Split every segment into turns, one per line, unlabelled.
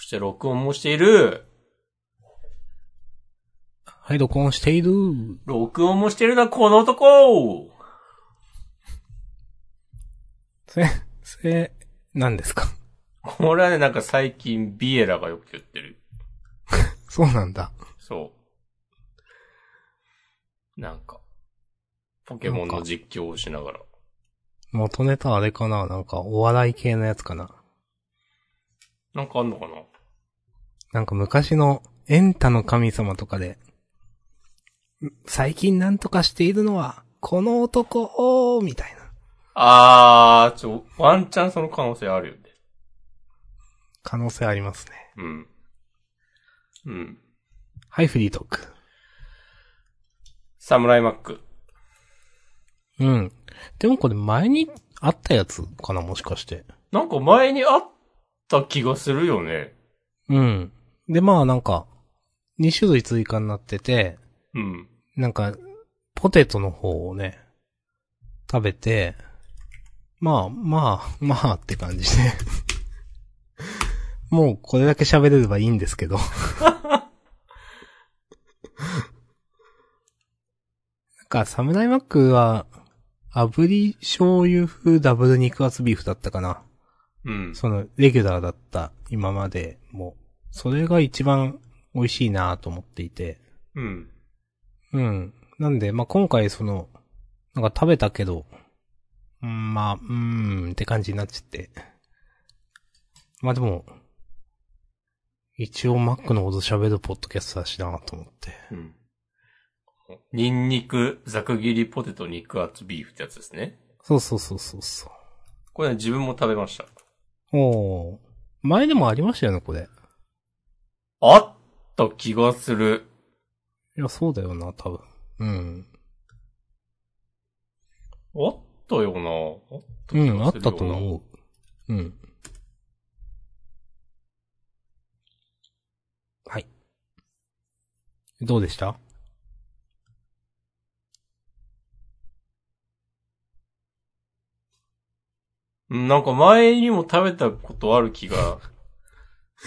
して録音もしている。
はい、録音している。
録音もしているのはこの男
せ、せ、何ですか
これはね、なんか最近ビエラがよく言ってる。
そうなんだ。
そう。なんか、ポケモンの実況をしながら。
元ネタあれかななんかお笑い系のやつかな
なんかあんのかな
なんか昔のエンタの神様とかで、最近なんとかしているのは、この男を、みたいな
あー、ちょ、ワンチャンその可能性あるよね。
可能性ありますね。
うん。うん。
はい、フリートーク。
サムライマック。
うん。でもこれ前にあったやつかなもしかして。
なんか前にあった気がするよね。
うん。で、まあなんか、2種類追加になってて、
うん。
なんか、ポテトの方をね、食べて、まあ、まあ、まあって感じで。 もうこれだけ喋れればいいんですけ ど。なんか、サムライマックは、炙り醤油風ダブル肉厚ビーフだったかな。
うん。
その、レギュラーだった今までも、それが一番美味しいなと思っていて。
うん。
うん。なんで、まあ、今回その、なんか食べたけど、うん、まあ、うーんって感じになっちゃって。まあでも、一応マックのこと喋るポッドキャストだしなと思って。
うん。ニンニク、ざく切りポテト、肉厚ビーフってやつですね。
そうそうそうそうそ
これね、自分も食べました。
う。おー。前でもありましたよね、これ。
あった気がする。
いや、そうだよな、多分。うん。
あったよな。あった気
うん、あ
が
っ
す
た
るよな
と思う。うん。はい。どうでした
うんなんか前にも食べたことある気が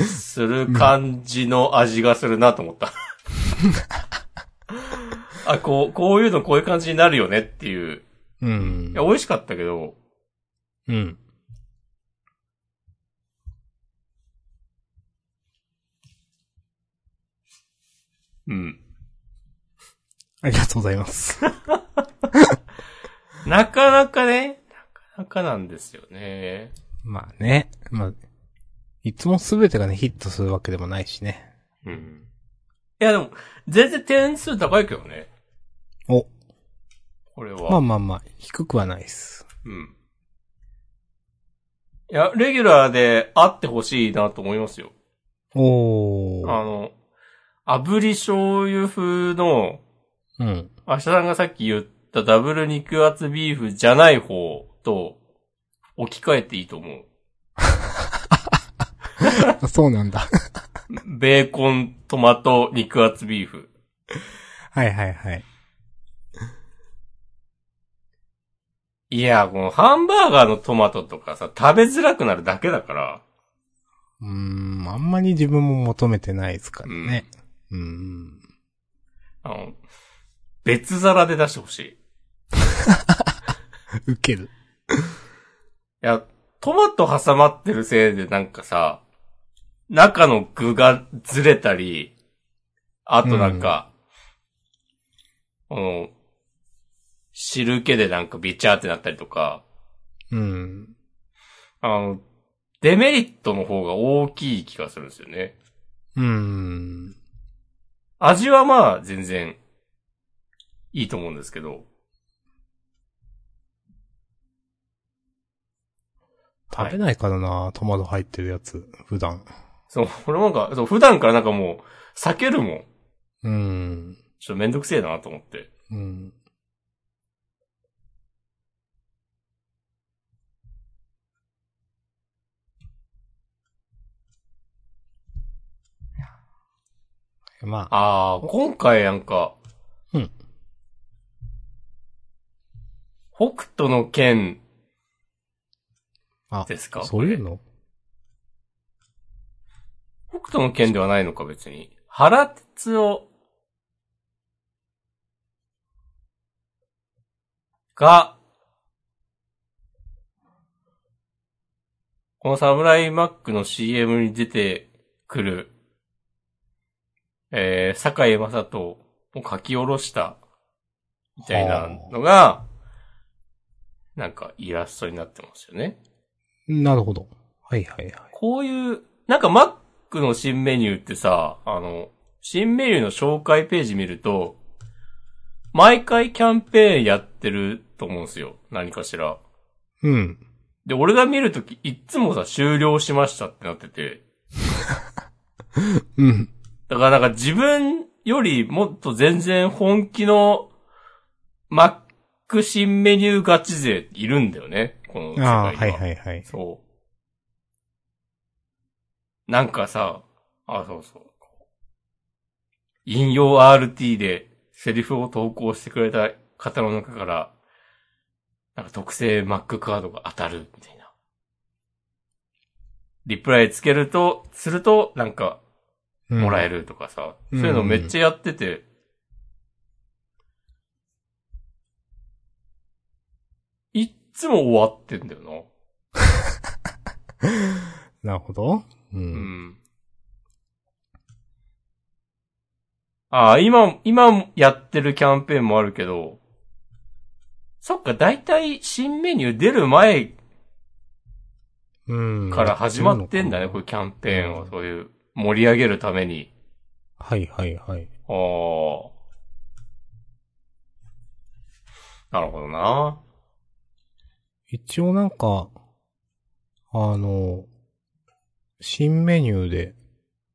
する感じの味がするなと思 った。あ、こう、こういうのこういう感じになるよねっていう。
うん
いや、。美味しかったけど、
うん。
うん。
ありがとうございます。
なかなかね、なかなかなんですよね。
まあね。まあ、いつもすべてがね、ヒットするわけでもないしね。
うん。いや、でも、全然点数高いけどね。
お。
これ
まあ
は。
まあまあ、低くはないっす。
うん。いや、レギュラーであってほしいなと思いますよ。
おー。
あの、炙り醤油風の、
うん。
明日さんがさっき言ったダブル肉厚ビーフじゃない方と置き換えていいと思
あそうなんだ。
う。ベーコン、トマト、肉厚ビーフ。
はいはいはい。
いや、このハンバーガーのトマトとかさ、食べづらくなるだけだから。
うーん、あんまり自分も求めてないですからね。うーん。
あの、別皿で出してほしい。い
ウケる。
や、トマト挟まってるせいでなんかさ、中の具がずれたり、あとなんか、この、汁気でなんかビチャーってなったりとか、
うん。
あの、デメリットの方が大きい気がするんですよね。
うーん。
味はまあ全然いいと思うんですけど、はい
食べないからな、トマト入ってるやつ、普段。
そう、俺もなんか、そう普段からなんかもう避けるもん。
うーん。
ちょっとめんどくせえなと思って。
うん。まあ、
ああ、今回なんか、
うん。
北斗の剣
あ
ですか
そういうの
北斗の剣ではないのか、別に。原哲夫が、このサムライマックの CM に出てくる、えー、坂井正人を書き下ろした、みたいなのが、なんかイラストになってますよね。
なるほど。はいはいはい。
こういう、なんかマックの新メニューってさ、あの、新メニューの紹介ページ見ると、毎回キャンペーンやってると思うんですよ。何かしら。
うん。
で、俺が見るとき、いっつもさ、終了しましたってなってて。
うん。
だからなんか自分よりもっと全然本気のマック新メニューガチ勢いるんだよね。この世界には
ああ、はいはいはい。
そう。なんかさ、あ、そうそう。引用 RT でセリフを投稿してくれた方の中から、なんか特製 Mac カードが当たる、みたいな。リプライつけると、すると、なんか、もらえ
る。
るとかさ、
うん
そういうのめっちゃやってて、いっつも終わってんだよな。
なるほど。う。
うんん。ああ、今、今やってるキャンペーンもあるけど、そっか、だいたい新メニュー出る前
うん。
から始まってんだね、こ
こ
うい
れ
う。キャンペーン
う
は、
ん
そういう、盛り上げるために。
はいはいはい。
ああ。なるほどな。
一応なんか、あの、新メニューで、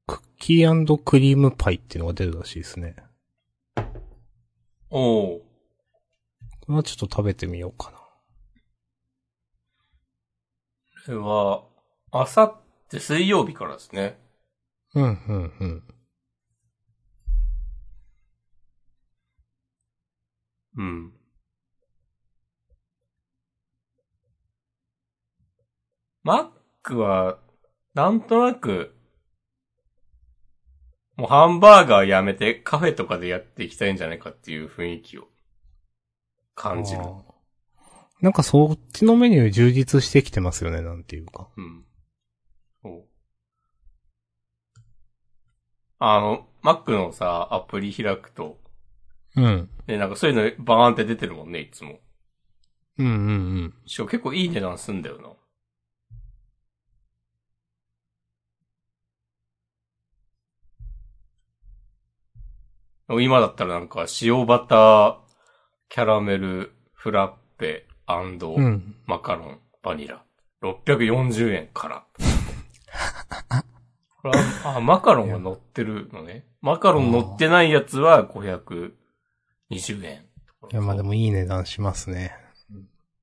クッキークリームパイっていうのが出るらしいですね。
おう
これはちょっと食べてみようかな。
これは、あさって水曜日からですね。
うん、うん、うん。
うん。マックは、なんとなく、もうハンバーガーやめてカフェとかでやっていきたいんじゃないかっていう雰囲気を感じる
あ。ーなんかそっちのメニュー充実してきてますよね、なんていうか。
うん。そう。あの、マックのさ、アプリ開くと、
うん。
ね、なんかそういうのバーンって出てるもんね、いつも。
うんうんうん。
しかも結構いい値段すんだよな。でも今だったらなんか塩バター、キャラメル、フラッペ、
うん。
マカロン、バニラ。640円から。 これは、あ、マカロンが乗ってるのね。マカロン乗ってないやつは520円。
いや、まあでもいい値段しますね。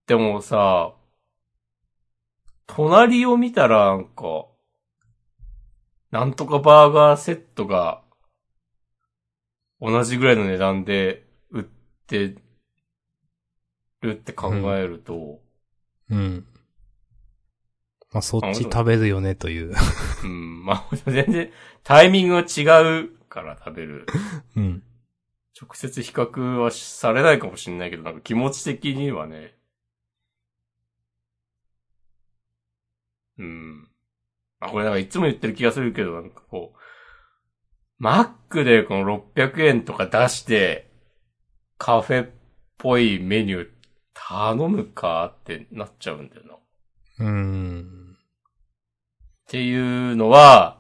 でもさ、隣を見たらなんか、なんとかバーガーセットが、同じぐらいの値段で売ってるって考えると、
うん。まあそっち食べるよねという。
うん、まあ、全然、タイミングが違うから食べる。
うん。
直接比較はされないかもしれないけど、なんか気持ち的にはね。うん。あ、これなんかいつも言ってる気がするけど、なんかこう、マックでこの600円とか出して、カフェっぽいメニュー頼むかってなっちゃうんだよな。
うん。
っていうのは、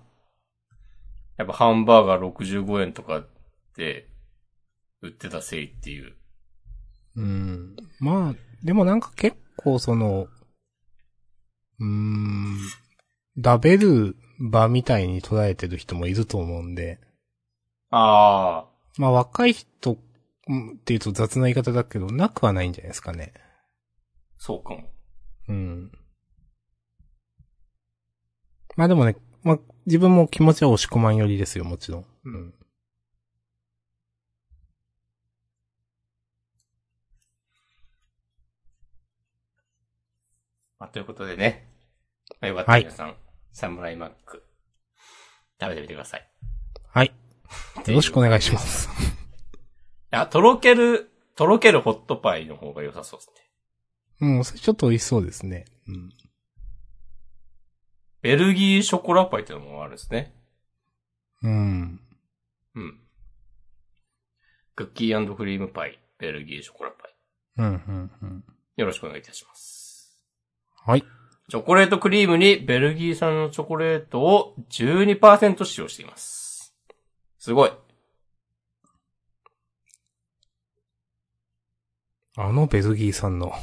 やっぱハンバーガー65円とかで売ってたせいっていう。
うん。まあ、でもなんか結構その、うーん、食べる場みたいに捉えてる人もいると思うんで、
ああ、
まあ若い人うんっていうと雑な言い方だけど、なくはないんじゃないですかね。
そうかも。
うん。まあでもね、まあ自分も気持ちは押し込まんよりですよ、もちろん。うん。
まあ、ということでね。まあよかった、
はい
皆さん。サムライマック。食べてみてください。
はい。よろしくお願いします。
あ、とろける、とろけるホットパイの方が良さそうですね。
うん、それちょっと美味しそうですね。うん。
ベルギーショコラパイっていうのもあるんですね。
うん。
うん。クッキークリームパイ、ベルギーショコラパイ。
うん、うん、うん。
よろしくお願いいたします。
はい。
チョコレートクリームにベルギー産のチョコレートを12%使用しています。すごい。
あのベルギーさんの。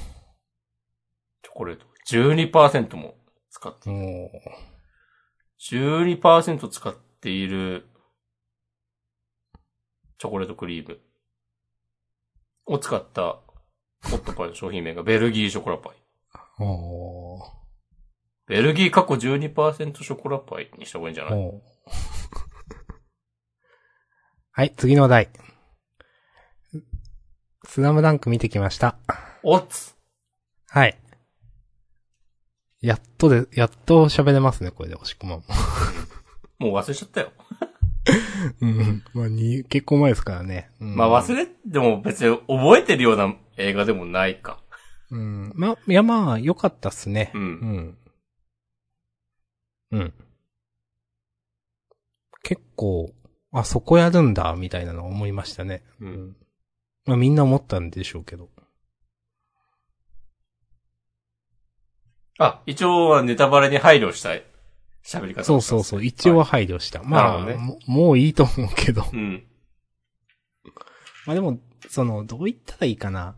チョコレート。12%も使って、
おー
12%使っているチョコレートクリームを使ったホットパイの商品名がベルギーショコラパイ。
おー
ベルギー過去12%ショコラパイにした方がいいんじゃない
おーはい、次の話題。スラムダンク見てきました。
おっつ
はい。やっとで、やっと喋れますね、これで、押し込まんも。
もう忘れちゃったよ。
うん。まあ、に、結構前ですからね。うん
まあ忘れても別に覚えてるような映画でもないか。
うん。まあ、いやまあ、良かったっすね。
うん
うん。うん。結構、あ、そこやるんだ、みたいなの思いましたね。
う。
うんん。まあ、みんな思ったんでしょうけど。
あ、一応はネタバレに配慮したい喋り方をしたんですね
そうそうそう。一応は配慮した。まあ、
なるほ
ももういいと思うけど。
うん。
まあでも、その、どう言ったらいいかな。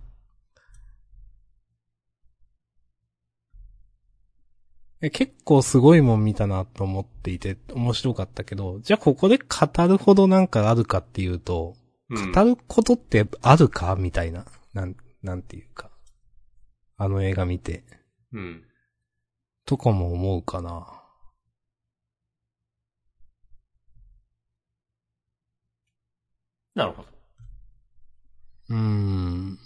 え結構すごいもん見たなと思っていて、面白かったけど、じゃあここで語るほどなんかあるかっていうと、
うん
語ることってあるかみたいな。なん、なんていうか。あの映画見て。
うん。
とかも思うかな。
なるほど。
うーん。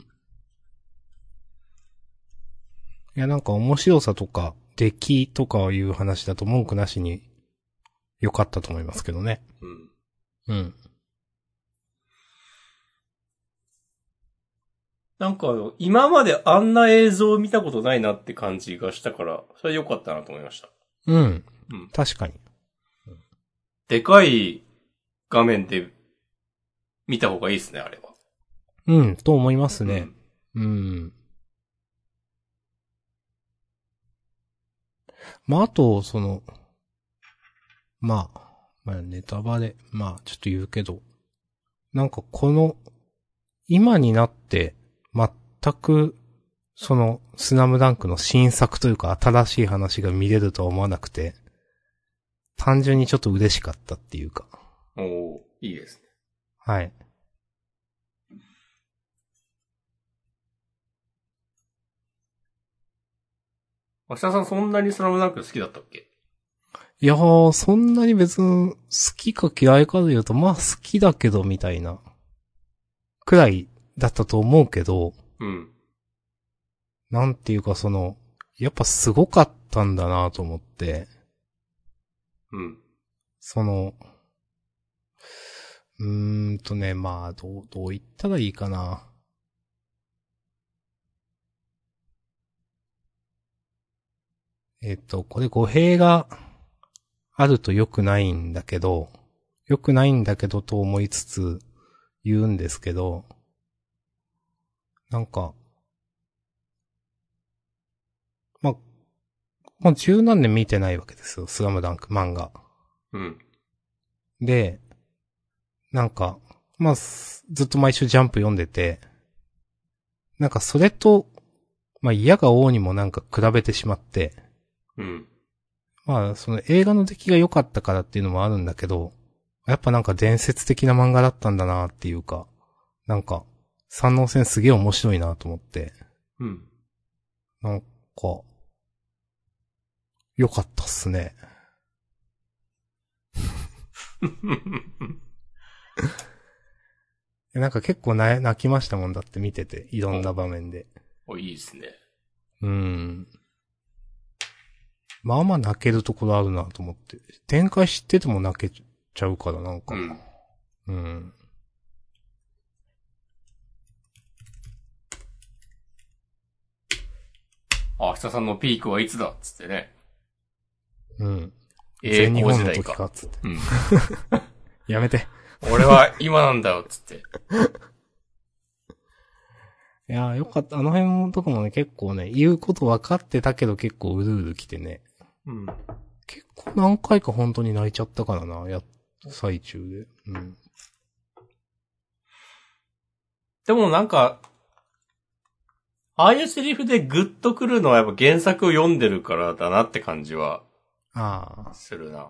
いや、なんか面白さとか、出来とかいう話だと文句なしに良かったと思いますけどね。
うん。
うん。
なんか、今まであんな映像を見たことないなって感じがしたから、それ良かったなと思いました。
うん。
うん
確かに。
でかい画面で見た方がいいですね、あれは。
うん、と思いますね。うん。まあ、あと、その、まあ、まあ、ネタバレ、まあ、ちょっと言うけど、なんかこの、今になって、全く、その、スナムダンクの新作というか、新しい話が見れるとは思わなくて、単純にちょっと嬉しかったっていうか、
うん。おーいいですね。
はい。
明日さんそんなにスラムダンク好きだったっけ
いやー、そんなに別に好きか嫌いかで言うと、まあ好きだけどみたいな、くらいだったと思うけど、
うん。
なんていうかその、やっぱすごかったんだなと思って、
うん。
その、うーんとね、まあ、どう、どう言ったらいいかな。えっと、これ語弊があると良くないんだけど、良くないんだけどと思いつつ言うんですけど、なんか、まあ、もう十何年見てないわけですよ、スラムダンク漫画。
うん。
で、なんか、まあ、すずっと毎週ジャンプ読んでて、なんかそれと、まあ嫌が王にもなんか比べてしまって、
うん。
まあその映画の出来が良かったからっていうのもあるんだけど、やっぱなんか伝説的な漫画だったんだなっていうか、なんか、三能戦すげえ面白いなと思って、
うん。
なんか、良かったっすね。なんか結構な泣きましたもんだって見てて、いろんな場面で。
お、いいですね。
うん。まあまあ泣けるところあるなと思って。展開知ってても泣けちゃうから、なんか。
うん。
うん。
あ、明日さんのピークはいつだっつってね。
うん。
栄
全日
光
本
時代
の時
か。
か、つって。
うん。
やめて。
俺は今なんだよ、つって。
いやーよかった。あの辺とかもね、結構ね、言うこと分かってたけど結構うるうる来てね。
うん。
結構何回か本当に泣いちゃったからな、やっ、最中で。うん。
でもなんか、ああいうセリフでグッとくるのはやっぱ原作を読んでるからだなって感じは
ああ、
するな。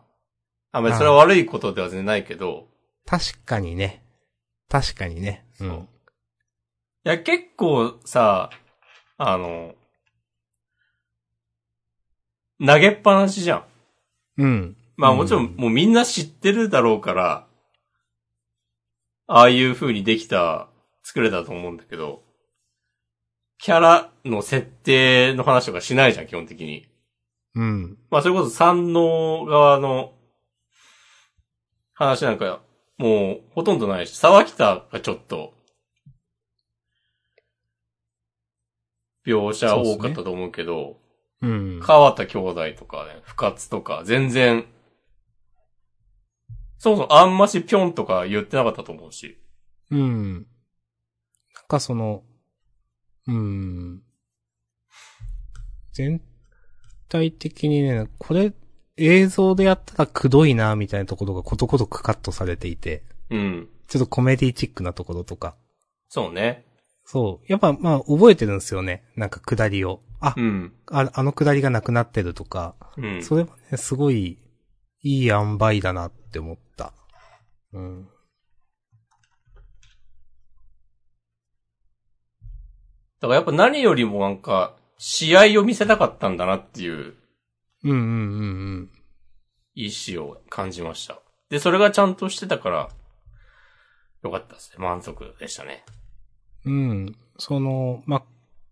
あ、まあ、それは悪いことでは全然ないけど、
確かにね。確かにね。う
そ
ん
う。いや、結構さ、あの、投げっぱなしじゃん。
うん。
まあもちろん、もうみんな知ってるだろうから、ああいう風にできた、作れたと思うんだけど、キャラの設定の話とかしないじゃん、基本的に。
うん。
まあそれこそ山王側の話なんか、もうほとんどないし、沢北がちょっと、描写多かったと思うけど、
うん。
川田兄弟とかね、深津とか、全然、そもそもあんましぴょんとか言ってなかったと思うし。
うん。なんかその、うん。全体的にね、これ、映像でやったらくどいな、みたいなところがことごとくカットされていて、
うん。
ちょっとコメディチックなところとか。
そうね。
そう。やっぱ、まあ、覚えてるんですよね。なんか、下りを。あ、
うん。
ああの下りがなくなってるとか。
うん。
それはね、すごい、いい塩梅だなって思った。うん。
だからやっぱ何よりもなんか、試合を見せたかったんだなっていう
うんうんうんうん。
意思を感じました。で、それがちゃんとしてたから、よかったですね。満足でしたね。
うん。その、まあ、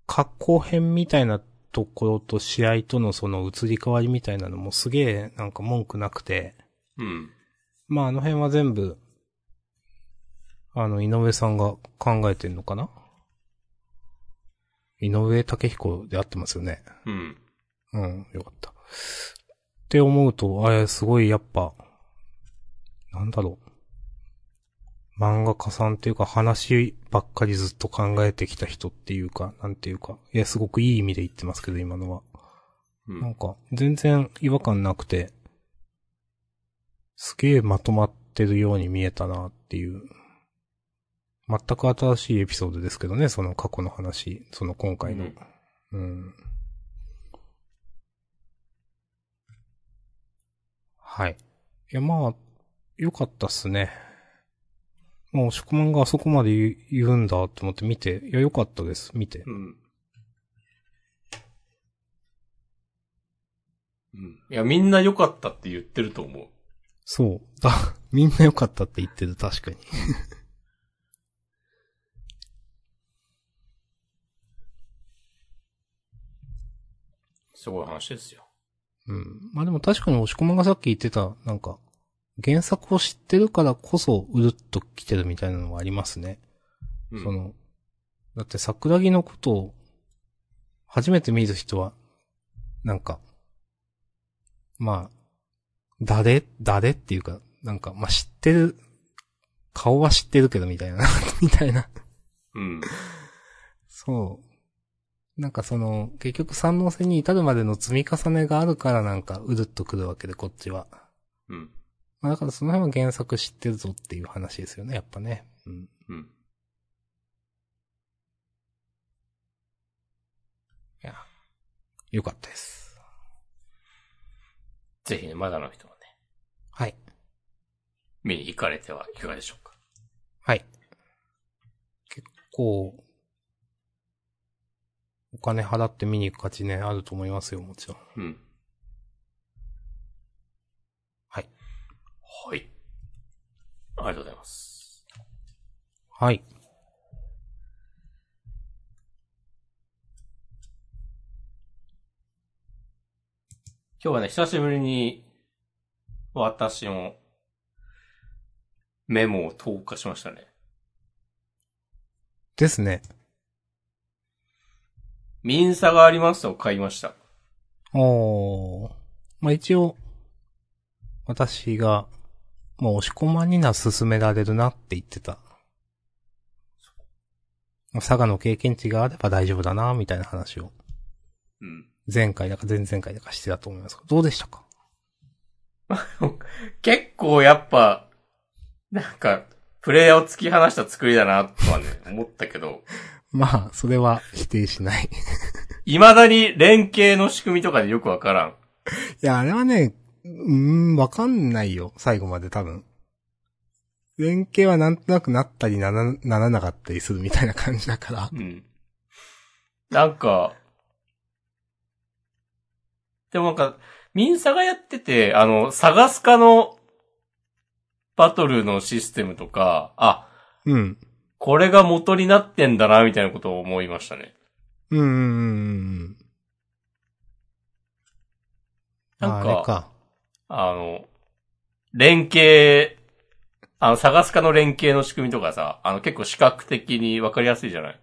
格好編みたいなところと試合とのその移り変わりみたいなのもすげえなんか文句なくて、
うん。
まあ、あの辺は全部、あの、井上さんが考えてんのかな井上武彦で合ってますよね。
うん。
うん、よかった。って思うと、あれ、すごいやっぱ、なんだろう。漫画家さんっていうか話ばっかりずっと考えてきた人っていうか、なんていうか。いや、すごくいい意味で言ってますけど、今のは。
うん
なんか、全然違和感なくて、すげえまとまってるように見えたなっていう。全く新しいエピソードですけどね、その過去の話、その今回の。うん。はい。いや、まあ、良かったっすね。まあ、押し込まんがあそこまで言う言うんだと思って見て、いや、良かったです、見て
う。ん。うん。いや、みんな良かったって言ってると思う。
そう。だ、 みんな良かったって言ってる、確かに。
すごい話ですよ。
うん。まあでも確かに押し込まんがさっき言ってた、なんか、原作を知ってるからこそ、うるっと来てるみたいなのはありますね。
うん
その、だって桜木のことを、初めて見る人は、なんか、まあ、誰、誰っていうか、なんか、まあ知ってる、顔は知ってるけどみたいな、 みたいな。
うん。
そう。なんかその、結局三能線に至るまでの積み重ねがあるからなんか、うるっとくるわけで、こっちは。
うん。
まあだからその辺は原作知ってるぞっていう話ですよね、やっぱね。うん。
うん。
よかったです。
ぜひね、まだの人はね、
はい。
見に行かれてはいかがでしょうか。
はい。結構、お金払って見に行く価値ね、あると思いますよ、もちろん。
うん。
はい。
はい。ありがとうございます。
はい。
今日はね、久しぶりに、私も、メモを投下しましたね。
ですね。
ミンサがありますを買いました。
おー。まあ、一応、私が、もう押し込まんにな勧められるなって言ってた。佐賀の経験値があれば大丈夫だな、みたいな話を、
うん。
前回だか前々回だかしてたと思いますが、どうでしたか
結構やっぱ、なんか、プレイヤーを突き放した作りだな、とはね、思ったけど、
まあ、それは否定しない。い
未だに連携の仕組みとかでよくわからん。
や、あれはね、うーん、わかんないよ、最後まで多分。連携はなんとなくなったりならならなかったりするみたいな感じだから。
うん。なんか、でもなんか、ミンサがやってて、あの、サガスカのバトルのシステムとか、あ、
うん。
これが元になってんだな、みたいなことを思いましたね。
うんうんうんうん。
なんか
ああれか。
あの、連携、あの、探すかの連携の仕組みとかさ、あの、結構視覚的に分かりやすいじゃない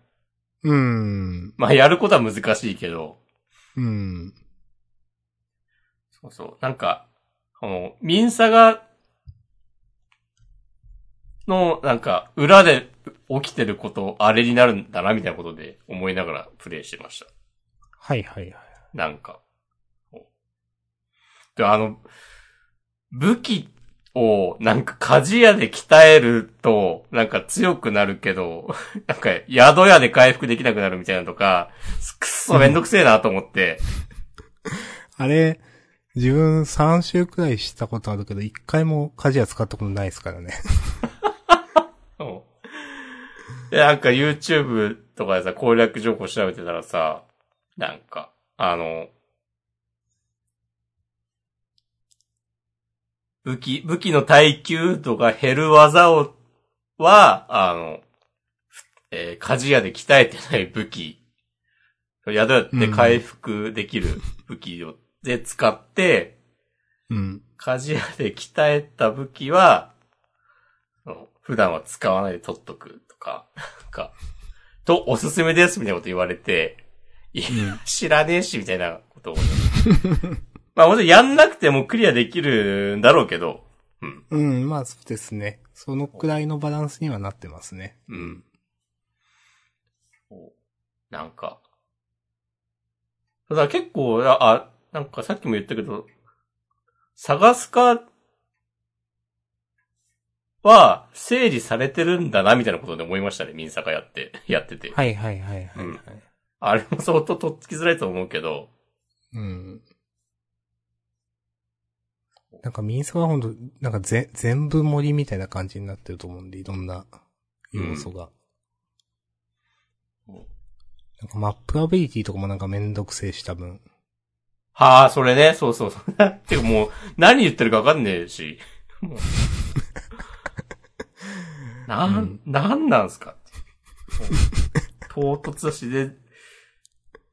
うん。
まあ、やることは難しいけど、
うん。
そうそう、なんか、この、ミンサが、の、なんか、裏で起きてること、あれになるんだな、みたいなことで思いながらプレイしてました。
はいはいはい。
なんか。こうで、あの、武器をなんか鍛冶屋で鍛えると、なんか強くなるけど、なんか宿屋で回復できなくなるみたいなのとか、くっそめんどくせえなと思って、
あれ、自分3週くらいしたことあるけど、1回も鍛冶屋使ったことないですからね。
そうで、なんか YouTube とかでさ、攻略情報調べてたらさ、なんか、あの、武器、武器の耐久度が減る技を、は、あの、えー、鍛冶屋で鍛えてない武器、宿屋で回復できる武器を、で使って、
うん。
鍛冶屋で鍛えた武器は、あの普段は使わないで取っとくとか、なんか、と、おすすめですみたいなこと言われて、いや、知らねえし、みたいなことをね、まあもちろんやんなくてもクリアできるんだろうけど、うん、
うん、まあそうですね。そのくらいのバランスにはなってますね。
うん。そうなんか、ただ結構、あ、あなんかさっきも言ったけど、探すかは整理されてるんだな、みたいなことで思いましたね、民サがやって、やってて。
はいはいはい
はいはいあれも相当とっつきづらいと思うけど、
うん。なんか民宿はほんと、なんかぜ全部森みたいな感じになってると思うんで、いろんな要素が。
うん
なんかマップアビリティとかもなんかめんどくせえし多分。
はあ、それね、そうそう そう。てかもう、何言ってるかわかんねえし。 もうなん、なんなんすかってもう唐突だしで、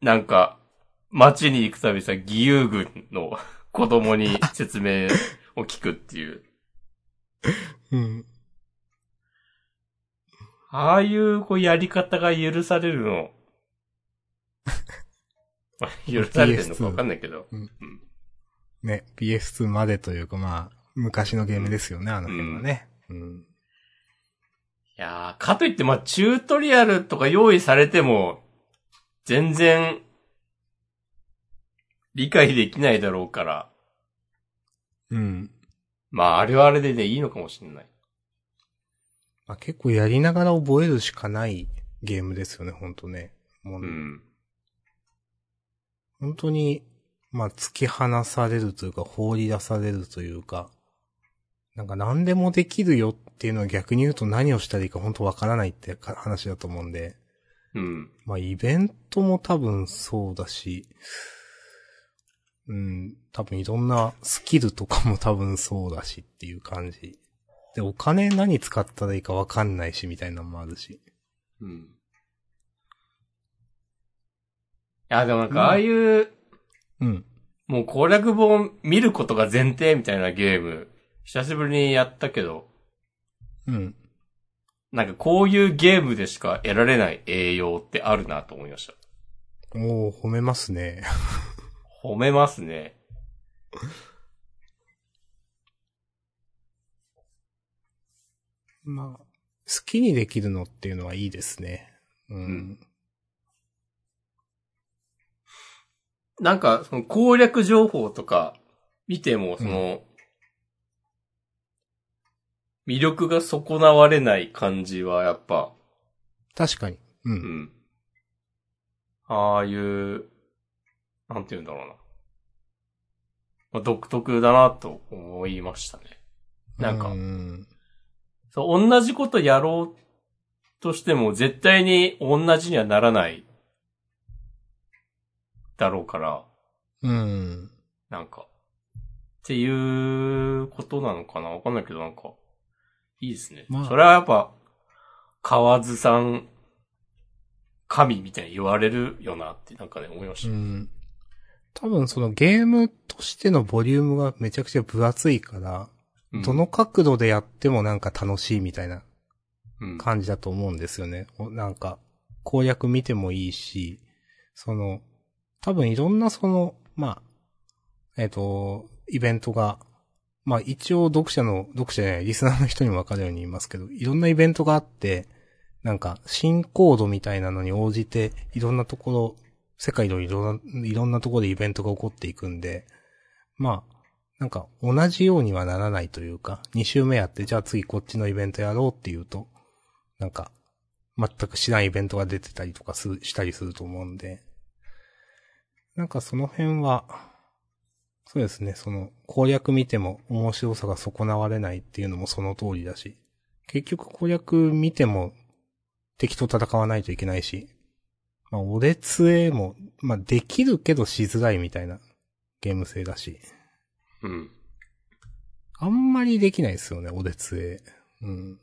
なんか、街に行くたびさ、義勇軍の子供に説明を聞くっていう。
うん。
ああいう、こう、やり方が許される の。まあ許されてるのかわかんないけど。
ね、PS2 までというかまあ、昔のゲームですよね、あの辺はね。うん。
いやー、かといって、まあ、チュートリアルとか用意されても、全然、理解できないだろうから、
うん。
まあ、あれはあれでね、いいのかもしれない。
まあ、結構やりながら覚えるしかないゲームですよね、ほんとね。もう、
うん。
本当に、まあ、突き放されるというか、放り出されるというか、なんか何でもできるよっていうのは逆に言うと何をしたらいいか本当わからないってか話だと思うんで、
うん。
まあ、イベントも多分そうだし、うん、多分いろんなスキルとかも多分そうだしっていう感じ。で、お金何使ったらいいかわかんないしみたいなのもあるし。
うん。いや、でもなん
うん
か、ああいう、
うん。
もう攻略本見ることが前提みたいなゲーム、久しぶりにやったけど、
うん。
なんかこういうゲームでしか得られない栄養ってあるなと思いました。
おー、褒めますね。
褒めますね。
まあ、好きにできるのっていうのはいいですね。うん。
んなんか、その攻略情報とか見ても、その、魅力が損なわれない感じはやっぱ、
確かに。う。
うんん。ああいう、なんて言うんだろうな。まあ、独特だなと思いましたね。なんか
うん。
そう、同じことやろうとしても絶対に同じにはならないだろうから、
うん。
なんか、っていうことなのかなわかんないけどなんか、いいですね。
まあ
それはやっぱ、河津さん、神みたいに言われるよなってなんかね、思いまし
う
た。
ん。多分そのゲームとしてのボリュームがめちゃくちゃ分厚いから、
うん
どの角度でやってもなんか楽しいみたいな
うん
感じだと思うんですよね。おなんか、攻略見てもいいし、その、多分いろんなその、まあ、えっ、と、イベントが、まあ一応読者の、読者じゃない、リスナーの人にもわかるように言いますけど、いろんなイベントがあって、なんか、新コードみたいなのに応じて、いろんなところ、世界のいろんな、いろんなところでイベントが起こっていくんで、まあ、なんか、同じようにはならないというか、2週目やって、じゃあ次こっちのイベントやろうっていうと、なんか、全く知らんイベントが出てたりとかする、したりすると思うんで、なんかその辺は、そうですね、その攻略見ても面白さが損なわれないっていうのもその通りだし、結局攻略見ても敵と戦わないといけないし、まあ、俺杖も、まあ、できるけどしづらいみたいなゲーム性だし、
うん。
あんまりできないですよね、俺杖。うん。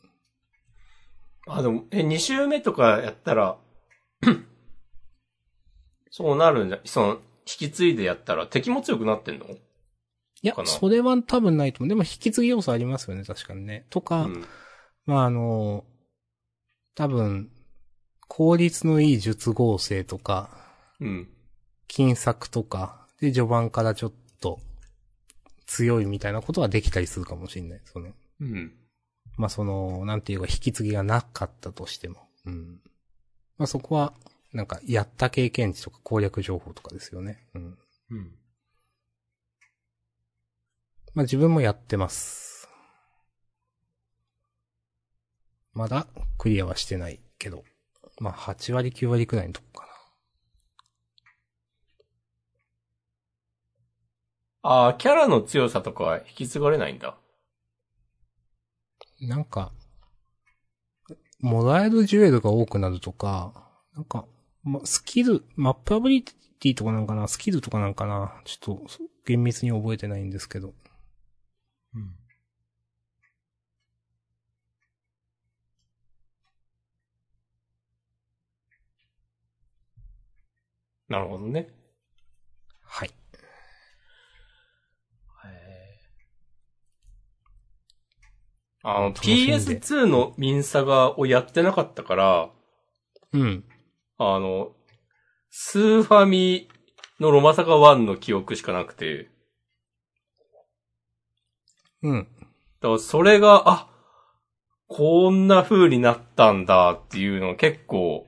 あ、でも、え、2周目とかやったら、 そうなるんじゃ、その、引き継いでやったら敵も強くなってんの
いや
か、な
それは多分ないと思う。でも引き継ぎ要素ありますよね、確かにね。と
う
か、
ん。
まああの、多分、効率のいい術合成とか、
うん。
金策とか、で、序盤からちょっと強いみたいなことはできたりするかもしれない。その、
うん。
まあその、なんていうか引き継ぎがなかったとしても。うん。まあそこは、なんか、やった経験値とか攻略情報とかですよね。うん。
うん。
まあ自分もやってます。まだクリアはしてないけど、まあ8割9割くらいのとこか
ああ、キャラの強さとかは引き継がれないんだ。
な。なんか、もらえるジュエルが多くなるとか、なんか、ま、スキル、マップアビリティとかなんかな、スキルとかなんかな、ちょっと厳密に覚えてないんですけど。
うん。なるほどね。
はい。
あの、
楽しんで
PS2 のミンサガをやってなかったから、
うん。
あの、スーファミのロマサガ1の記憶しかなくて、
うん。
だからそれが、あ、こんな風になったんだっていうのを結構、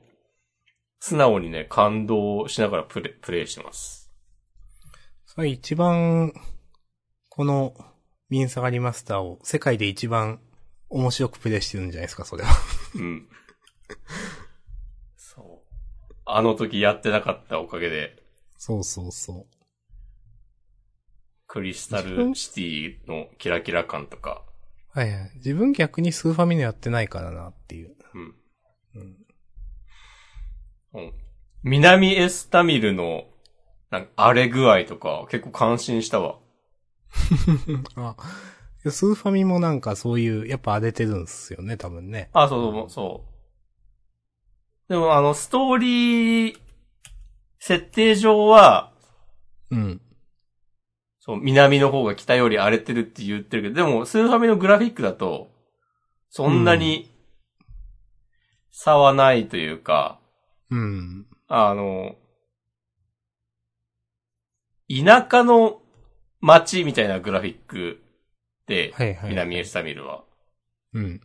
素直にね、感動しながらプレプレイしてます。
それ一番、この、ミンサガリマスターを世界で一番面白くプレイしてるんじゃないですか、それは。
うん。そう。あの時やってなかったおかげで、
そうそうそ
クリスタルシティのキラキラ感とか、
う。はいはい。自分逆にスーファミのやってないからなっていう。
うん。
う
う
ん。
ん南エスタミルの、なんか荒れ具合とか、結構感心したわ。
あ、いやスーファミもなんかそういう、やっぱ荒れてるんすよね、多分ね。
あ、そうそう、そう。でもあの、ストーリー、設定上は、
うん。
そう、南の方が北より荒れてるって言ってるけど、でも、スーファミのグラフィックだと、そんなに差はないというか、
うん。
あの、田舎の街みたいなグラフィックで、
はいはい
南エスタミルは。
うん。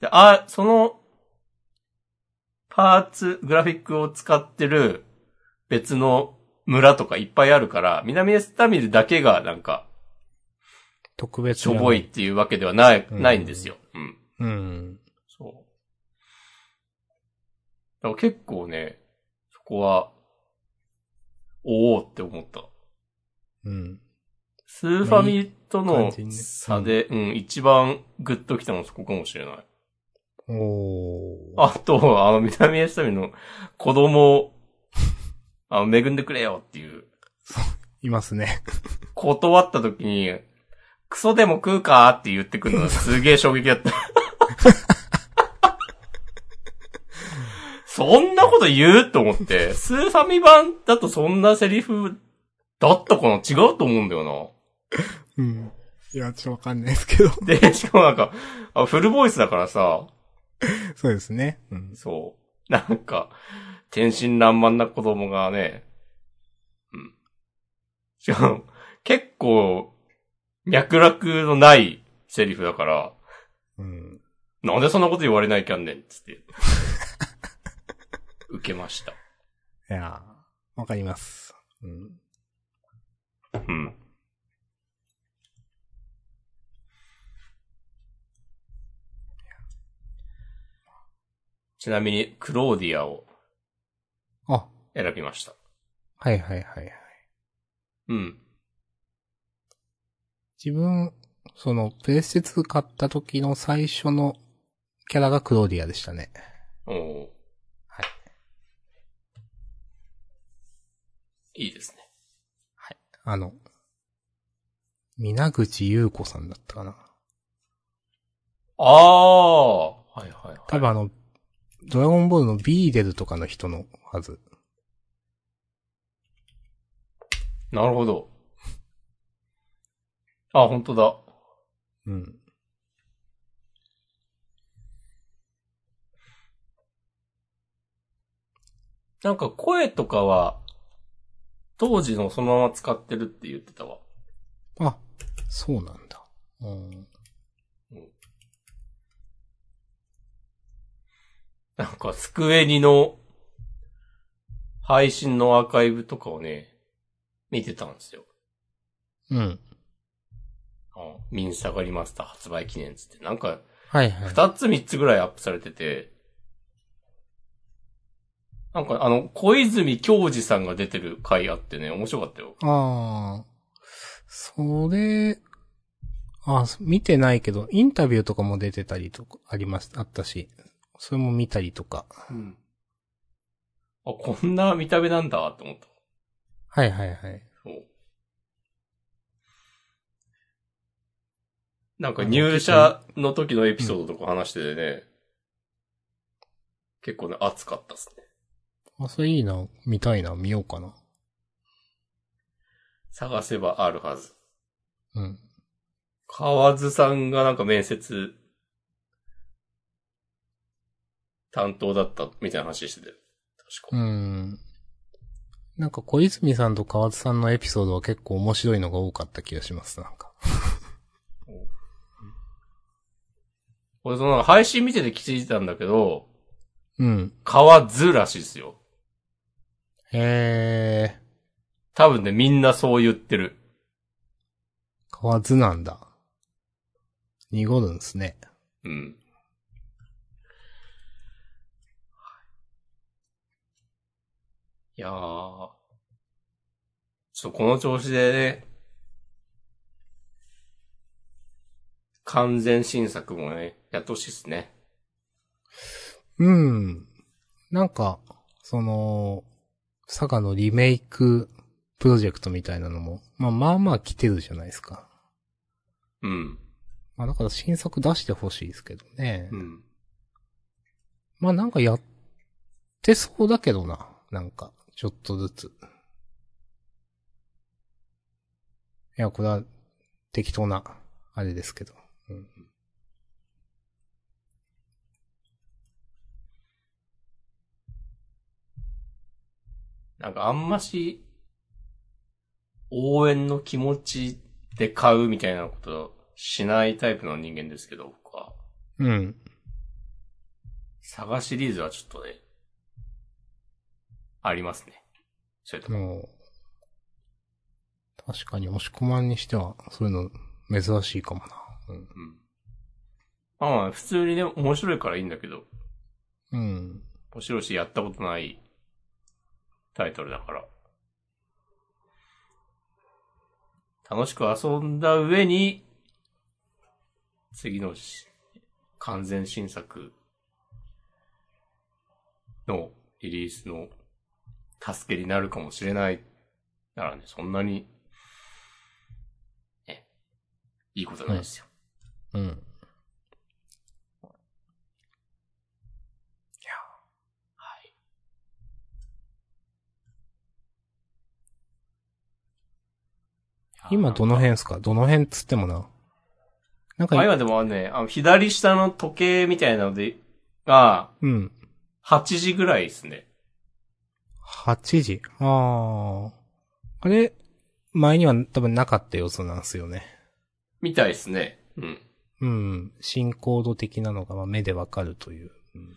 で、あ、その、パーツ、グラフィックを使ってる別の村とかいっぱいあるから、南エスタミルだけがなんか、
特別
しょぼいっ。ていうわけではない、
うん
ないんですよ。うん。
うん。
そう。だから結構ね、そこは、おおって思った。
うん。
スーファミと
まあいい
の
感じにね
差で、うん、一番グッときたのはそこかもしれない。
おー。
あと、あの、南エスタミの子供を、あの、恵んでくれよっていう、
いますね。
断った時に、クソでも食うかって言ってくるのがすげえ衝撃だった。そんなこと言うと思って、スーファミ版だとそんなセリフだったかな違うと思うんだよ
うん。いや、ちょっとわかんないですけど。
な。で、しかもなんか、あフルボイスだからさ、
そうですね。うん。
そう。 なんか、天真爛漫な子供がね、うん。しかも、結構、脈絡のないセリフだから、
うん。
なんでそんなこと言われないきゃんねんっつって。受けました。
いやー、わかります。うん。
うん。ちなみに、クローディアを
あ、
選びました。
はいはいはいはい。
うん。
自分、その、プレステ2買った時の最初のキャラがクローディアでしたね。
おお。
はい。
いいですね。
あの、皆口優子さんだったかな。
ああはいはいはい。
多分あの、ドラゴンボールのビーデルとかの人のはず。
なるほど。あ、本当だ。
うん。
なんか声とかは、当時のそのまま使ってるって言ってたわ。
あ、そうなんだ。うん。
なんか、スクエニの配信のアーカイブとかをね、見てたんですよ。
うん。
あミンサガリマスター発売記念つって。なんか、
はいはい。
二つ三つぐらいアップされてて、なんかあの、小泉京二さんが出てる回あってね、面白かったよ。
ああ。それ、あ見てないけど、インタビューとかも出てたりとか、あります、あったし、それも見たりとか。
うん。あ、こんな見た目なんだって思った。
はいはいはい。
そう。なんか入社の時のエピソードとか話しててね、結構ね、熱かったっすね。
あ、それいいな。見たいな。見ようかな。
探せばあるはず。
うん。
河津さんがなんか面接担当だったみたいな話してたよ。確
う
か。
ん。なんか小泉さんと河津さんのエピソードは結構面白いのが多かった気がします、なんか。
俺その配信見てて気づいたんだけど、
うん。
河津らしいですよ。
へえ。
多分ね、みんなそう言ってる。
河津なんだ。濁るんですね。
うん。いやー。ちょっとこの調子でね、完全新作もね、やってほしいっすね。
うん。なんか、その、佐賀のリメイクプロジェクトみたいなのも、まあまあまあ来てるじゃないですか。
うん。
まあだから新作出してほしいですけどね。
うん。
まあなんかやってそうだけどな。なんか、ちょっとずつ。いや、これは適当な、あれですけど。うん
なんかあんまし、応援の気持ちで買うみたいなことしないタイプの人間ですけど、僕は。
うん。
サガシリーズはちょっとね、ありますね。それとも、
もう、確かに押し込まんにしては、そういうの珍しいかもな。うん。
うん。まあまあ、普通にね、面白いからいいんだけど、
うん。
面白いし、やったことないタイトルだから。楽しく遊んだ上に、次のし完全新作のリリースの助けになるかもしれない。ならね、そんなに、ね、いいことないですよ。
うん。
はい。
今どの辺ですかどの辺っつってもな。なん
あ、
か、
今でもね、あの、左下の時計みたいなので、が、
うん。
8時ぐらいですね。
8時。ああ。あれ、前には多分なかった要素なんですよね。
みたいですね。うん。
うん。進行度的なのがまあ目でわかるという。うん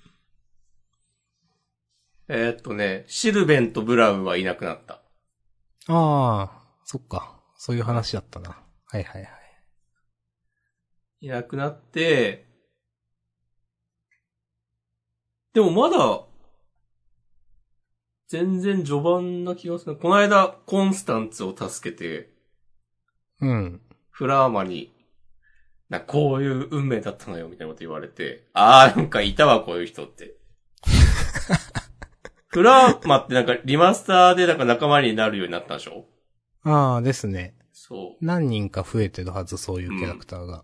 えーっとね、シルベンとブラウンはいなくなった。
ああ、そっか。そういう話だったな。はいはいはい。
いなくなって、でもまだ、全然序盤な気がする。この間、コンスタンツを助けて、
うん。
フラーマに、なんかこういう運命だったのよ、みたいなこと言われて、あーなんかいたわ、こういう人って。フラーマってなんかリマスターでなんか仲間になるようになったんでしょ
ああですね。
そう。
何人か増えてるはず、そういうキャラクターが。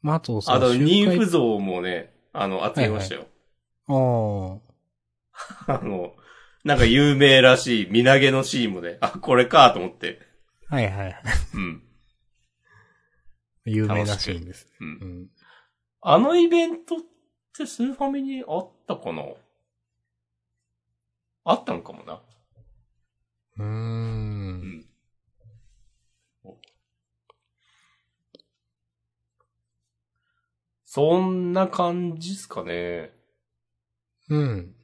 まあ、あと、そ
あ
の
と、
周回
妊婦像もね、あの、集めましたよ。
あ
あの、なんか有名らしい、身投げのシーンもね、あ、これかと思って。
あ。はいはいはい。
うん。
有名なシーンです。
う。
うんん。
あのイベントってスーファミにあったかなあったのかもな。
うーん。
そんな感じっすかね。
うん。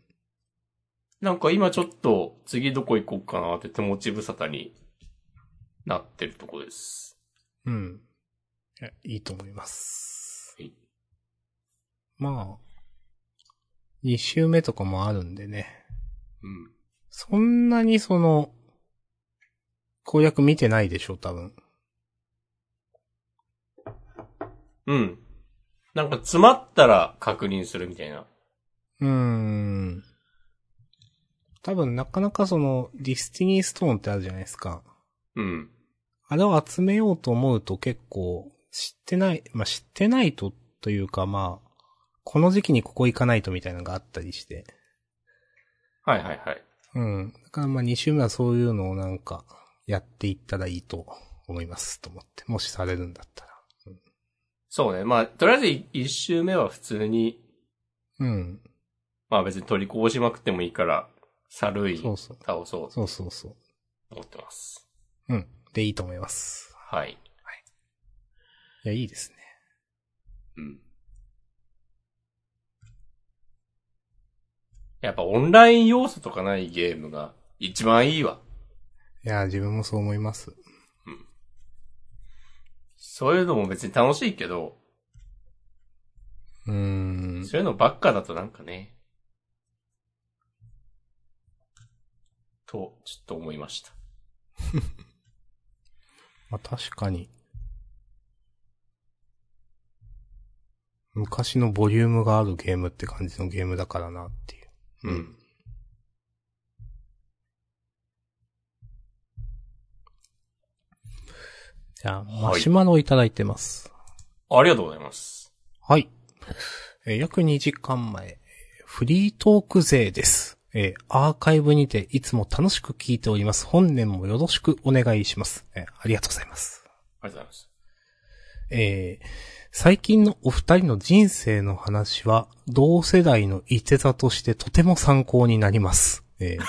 なんか今ちょっと次どこ行こうかなって手持ち無沙汰になってるとこです。
うん。いやいいと思います。
はい
まあ、2周目とかもあるんでね。
うん。
そんなにその、攻略見てないでしょ、多分。
うん。なんか詰まったら確認するみたいな。
うーん。多分なかなかその、ディスティニーストーンってあるじゃないですか。
うん。
あれを集めようと思うと結構、知ってない、まあ、知ってないとというかまあ、この時期にここ行かないとみたいなのがあったりして。
はいはいはい。
うん。だからまあ2週目はそういうのをなんか、やっていったらいいと思います、と思って。もしされるんだったら。
そうね。まあ、とりあえずい一周目は普通に、
うん。
まあ別に取りこぼしまくってもいいから、猿い
そうそう。
倒そうと
そうそうそ
思ってます。
う。うん。で、いいと思います。
はい。
いや、いいですね。
うん。やっぱオンライン要素とかないゲームが一番いいわ。
いや、自分もそう思います。
そういうのも別に楽しいけど、
うーん。
そういうのばっかだとなんかね。と、ちょっと思いました。
まあ確かに。昔のボリュームがあるゲームって感じのゲームだからなっていう。
うん。
じゃあ、マシュマロをいただいてます。
ありがとうございます。
はい。えー約2時間前、えーフリートーク勢です。えーアーカイブにていつも楽しく聞いております。本年もよろしくお願いします。えーありがとうございます。
ありがとうございます。
えー最近のお二人の人生の話は、同世代のいて座としてとても参考になります。えー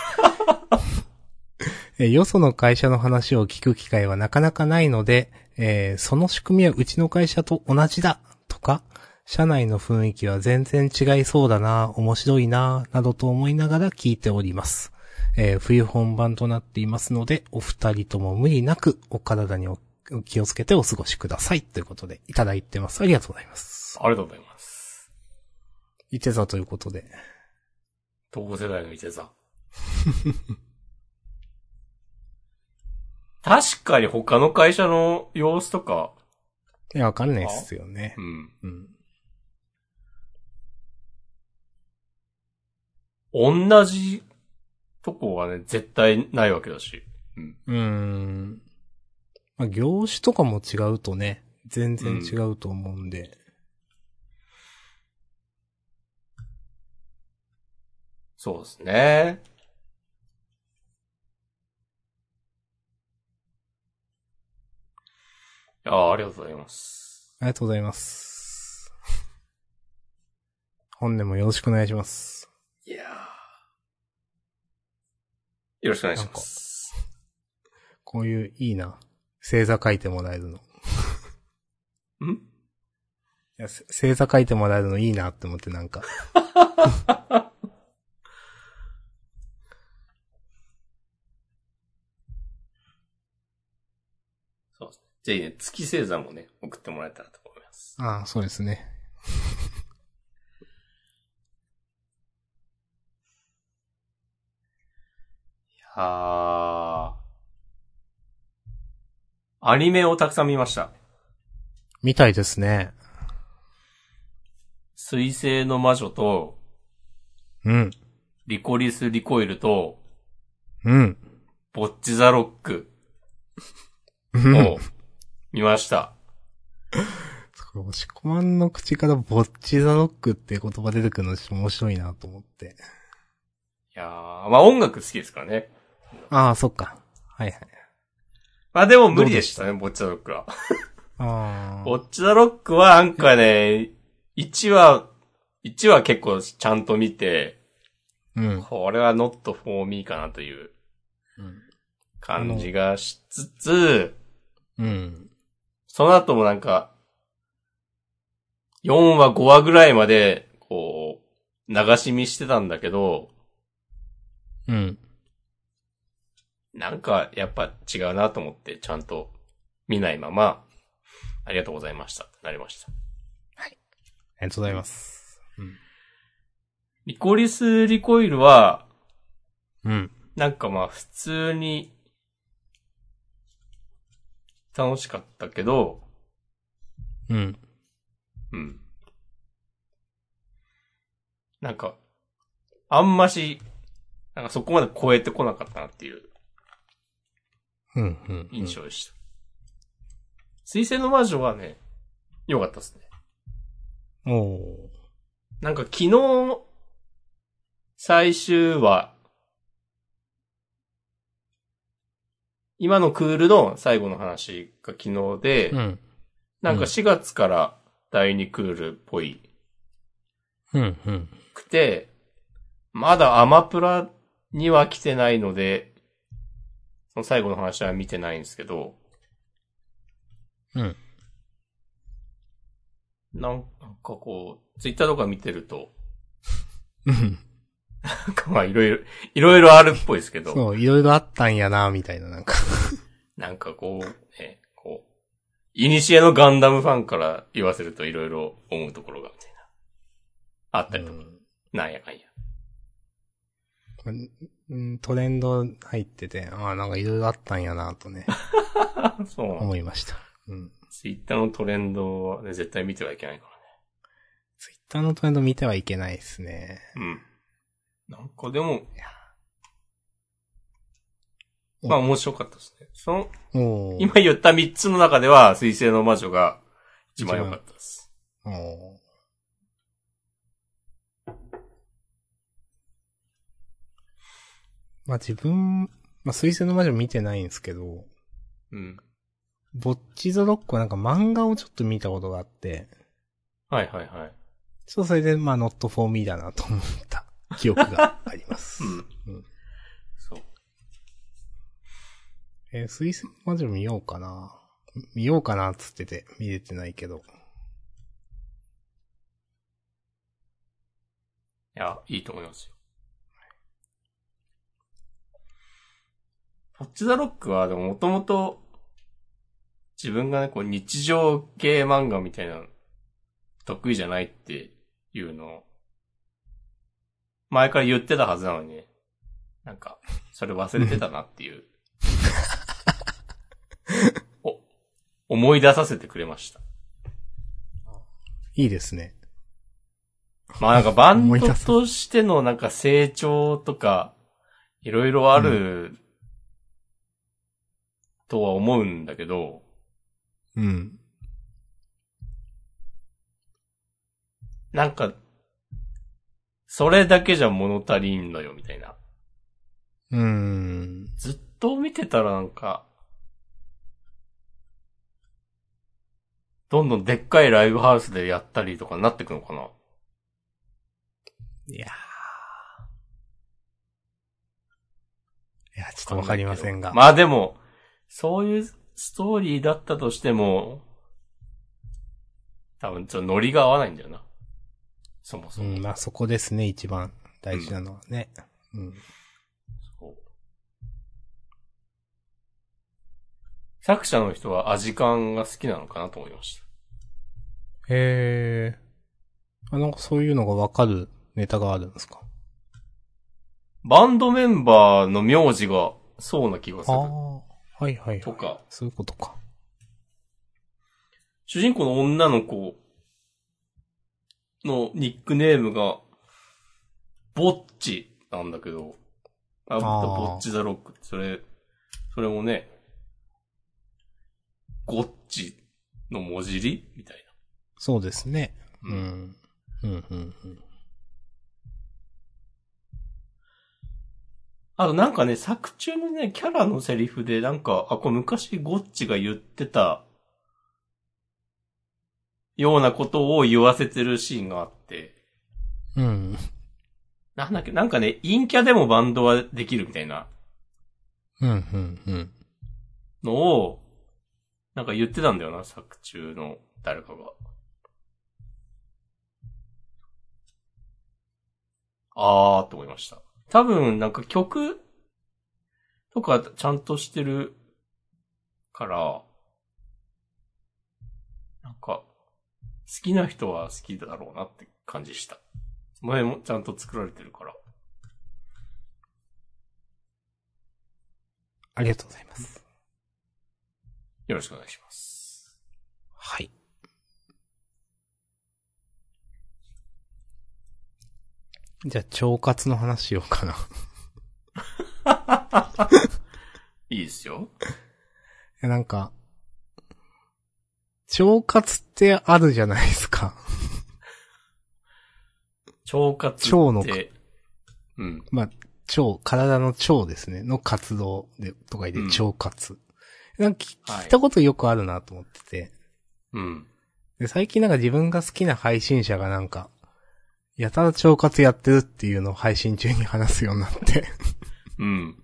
えーよその会社の話を聞く機会はなかなかないので、えーその仕組みはうちの会社と同じだとか、社内の雰囲気は全然違いそうだな、面白いな、などと思いながら聞いております。えー冬本番となっていますので、お二人とも無理なくお体におお気をつけてお過ごしください。ということで、いただいてます。ありがとうございます。
ありがとうございます。
いて座ということで。
東世代の伊勢さん。 確かに他の会社の様子とか、
いや、わかんないっすよね
う。ん。
うん。
同じとこはね、絶対ないわけだし。
うーん。まあ、業種とかも違うとね、全然違うと思うんで。
そうですね。いやあ、ありがとうございます。
ありがとうございます。本年もよろしくお願いします。
いやーよろしくお願いします。
こういういいな。星座書いてもらえるの。い
ん
や、せ星座書いてもらえるのいいなって思ってなんか。
じゃあいいね、月星座もね、送ってもらえたらと思います。
ああ、そうですね。
はー。アニメをたくさん見ました。
みたいですね。
水星の魔女と、
うん。
リコリス・リコイルと、
うん。
ボッチ・ザ・ロック
うん
を。見ま した。
押し込まんの口からぼっちザロックっていう言葉出てくるのちょっと面白いなと思って。
いやー、まあ音楽好きですからね。
ああ、そっか。はいはい。
まあでも無理でしたね、ボッチ・ザ・ロックは。
あ
ボッチ・ザ・ロックはなんかね、1話、1話結構ちゃんと見て、
あ。うん。
これは not for me かなという感じがしつつ、
うん。
その後もなんか、4話、5話ぐらいまで、こう、流し見してたんだけど、
うん。
なんかやっぱ違うなと思って、ちゃんと見ないまま、ありがとうございました、なりました。
ありがとうございます。
リコリス・リコイルは、
うん。
なんかまあ普通に、楽しかったけど、
うん。
うん。なんか、あんまし、なんかそこまで超えてこなかったなっていう
うん。うん。
印象でした。水星の魔女はね、良かったですね。
おお
なんか昨日、最終話、今のクールの最後の話が昨日で、
ー。うん。
なんか4月から第2クールっぽい
うん。うん。
くて、まだアマプラには来てないので、その最後の話は見てないんですけど、
うん。
なんかこう、ツイッターとか見てると、
うん。
なんかまあいろいろ、いろいろあるっぽいですけど、
そう、いろいろあったんやな、みたいな、なんか。
なんかこう、ね、こう、イニシエのガンダムファンから言わせるといろいろ思うところが、みたいな。あったりとか、なんやかんや。
うん、トレンド入ってて、ああ、なんかいろいろあったんやな、とね、
そうなん
思いました。うん。
ツイッターのトレンドは、ね、絶対見てはいけないか
ツイッターのトレンド見てはいけないですね。
らね。うん。なんかでも、
お
まあ面白かったですね。その、
おー
今言った3つの中では、水星の魔女が一番良かったです。
おーまあ自分、まあ水星の魔女見てないんですけど、
うん。
ぼっちザロックはなんか漫画をちょっと見たことがあって、
はいはいはい。
ちょっとそれでまあ not for me だなと思った記憶があります。
うん。
うん
そう。
えー、水星魔女見ようかな。見ようかなっつってて、見れてないけど。
いや、いいと思いますよ。ポッチザロックは、でももともと、自分がね、こう日常系漫画みたいなの、得意じゃないっていうのを、前から言ってたはずなのに、なんか、それ忘れてたなっていう。お、思い出させてくれました。
いいですね。
まあなんかバン
思い
ド
出す
としてのなんか成長とか、いろいろある、とは思うんだけど、
うん。
なんか、それだけじゃ物足りんのよ、みたいな。
うーん。
ずっと見てたらなんか、どんどんでっかいライブハウスでやったりとかになってくのかな。
いやー。いや、ちょっとわかりませんが。
まあでも、そういうストーリーだったとしても、多分ちょっとノリが合わないんだよな。そもそうも。
ん、まあそこですね、一番大事なのはね。うん。
そう作者の人は味感が好きなのかなと思いました。
へえ。あ、なんかそういうのがわかるネタがあるんですか
バンドメンバーの名字がそうな気がす
あ
る
あ。はいはいは
と
い。
か、
そういうことか。
主人公の女の子のニックネームが、ぼっちなんだけど、あ、
あー
ぼっちザロックって、それ、それもね、ごっちの文字りみたい
そうですね。
な。
う。ん。うん、うん、
あとなんかね、作中のね、キャラのセリフで、なんか、あ、これ昔ゴッチが言ってた、ようなことを言わせてるシーンがあって、
うん。うん。
なんだっけ、なんかね、陰キャでもバンドはできるみたいな
うん、うん、うん。
のを、なんか言ってたんだよな、作中の誰かが。あーって思いました。多分、なんか曲とかちゃんとしてるから、なんか、好きな人は好きだろうなって感じした。前もちゃんと作られてるから。
ありがとうございます。
よろしくお願いします。
はい。じゃあ、腸活の話しようかな。い
いいですよ。
や、なんか、腸活ってあるじゃないですか。
腸活って。
腸の
うん。
まあ、腸、体の腸ですね、の活動で、とか言って、
うん
腸活。なんか聞
はい
聞いたことよくあるなと思ってて、
うん。
で、最近なんか自分が好きな配信者がなんか、やたら腸活やってるっていうのを配信中に話すようになって、
うん。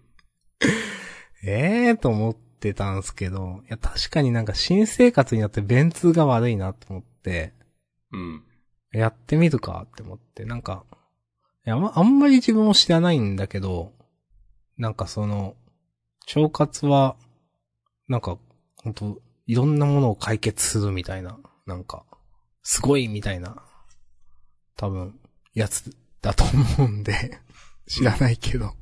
ええーと思ってたんですけど、いや、確かになんか新生活になって便通が悪いなと思って、
うん。
やってみるかって思って、なんか、いや、まあんまり自分も知らないんだけど、なんかその、腸活は、なんか、ほんと、いろんなものを解決するみたいな、なんか、すごいみたいな、多分、やつだと思うんで、 知らないけど。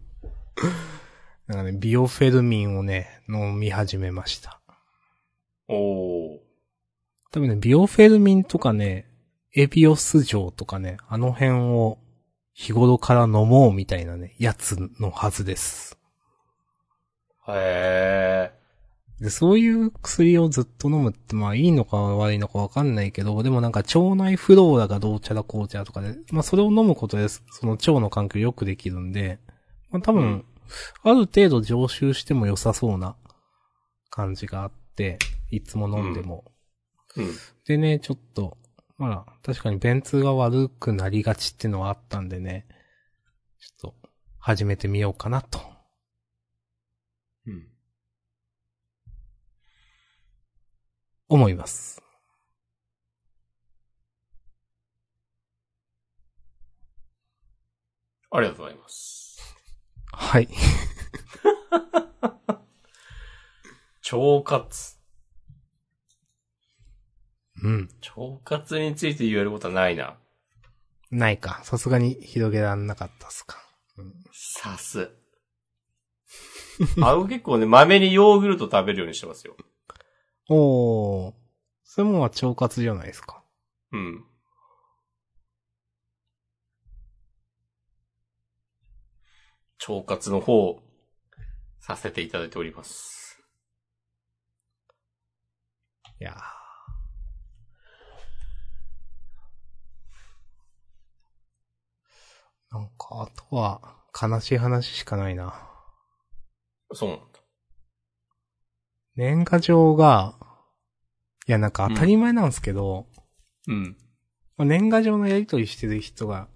なんかね、ビオフェルミンをね、飲み始めました。
おー。
多分ね、ビオフェルミンとかね、エビオス錠とかね、あの辺を日頃から飲もうみたいなね、やつのはずです。
へ
で、そういう薬をずっと飲むって、まあいいのか悪いのかわかんないけど、でもなんか腸内フローラがどうちゃらこうちゃらとかで、まあそれを飲むことで、その腸の環境良くできるんで、まあ多分、
うん
ある程度常習しても良さそうな感じがあって、いつも飲んでも。
ー。うん。
でね、ちょっと、まあ、確かに便通が悪くなりがちっていうのはあったんでね、ちょっと、始めてみようかなと
うん。
思います。
ありがとうございます。
はい。
腸活。
うん。
腸活について言えることはないな。
ないか。さすがに広げらんなかったっすか。
さ す。あの結構ね、豆にヨーグルト食べるようにしてますよ。
おー。それもまあ腸活じゃないですか。
うん。腸活の方をさせていただいております。
いやーなんか、あとは、悲しい話しかないな。
そうなんだ。
年賀状が、いや、なんか当たり前なんですけど、
うん。
まあ年賀状のやりとりしてる人が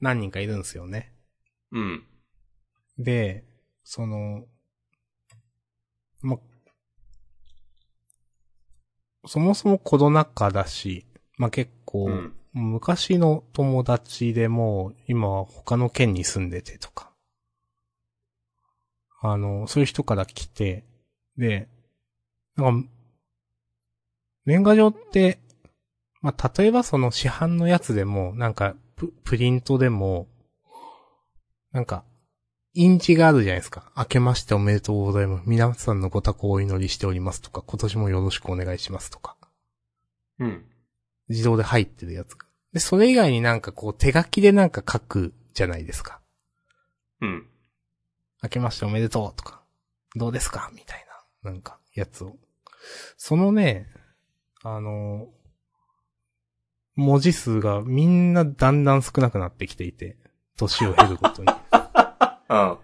何人かいるんですよね。
うん。
で、その、ま、そもそもコロナ禍だし、まあ、結構、
うん。
昔の友達でもう今は他の県に住んでてとか。あの、そういう人から来て、で、なんか、年賀状って、まあ、例えばその市販のやつでも、なんかプ、プリントでも、なんか、印字があるじゃないですか。明けましておめでとうございます。皆さんのご多幸をお祈りしておりますとか、今年もよろしくお願いしますとか。
うん。
自動で入ってるやつが。で、それ以外になんかこう手書きでなんか書くじゃないですか。
うん。
明けましておめでとうとか、どうですかみたいな、なんか、やつを。そのね、あの、文字数がみんなだんだん少なくなってきていて、年を経るごとに。
うん。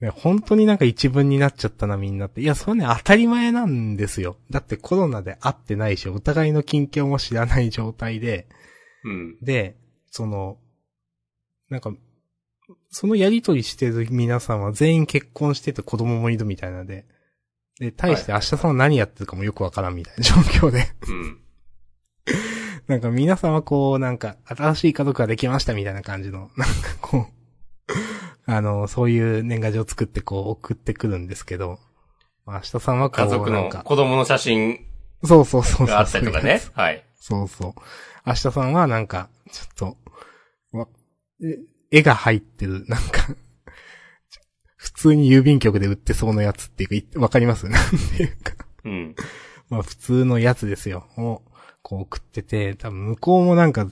ね、本当になんか一文になっちゃったなみんなって。いや、それね、当たり前なんですよ。だってコロナで会ってないし、お互いの近況も知らない状態で、
うん。
で、その、なんか、そのやりとりしてる皆さんは全員結婚してて子供もいるみたいなので、で、対して明日さんは何やってるかもよくわからんみたいな状況で、
うん。
なんか皆さんはこう、なんか、新しい家族ができましたみたいな感じの、 なんかこう、あの、そういう年賀状作ってこう送ってくるんですけど、まあ明日さんはこう、
家族
なん
の
か、
子供の写真
そうそうそうそう
があったりとかね。はい。
そうそう。明日さんはなんか、ちょっと、わえ絵が入ってる、なんか、 普通に郵便局で売ってそうなやつっていうかい、わかります なんていうか。
うん。
まあ普通のやつですよ。を、こう送ってて、多分向こうもなんか、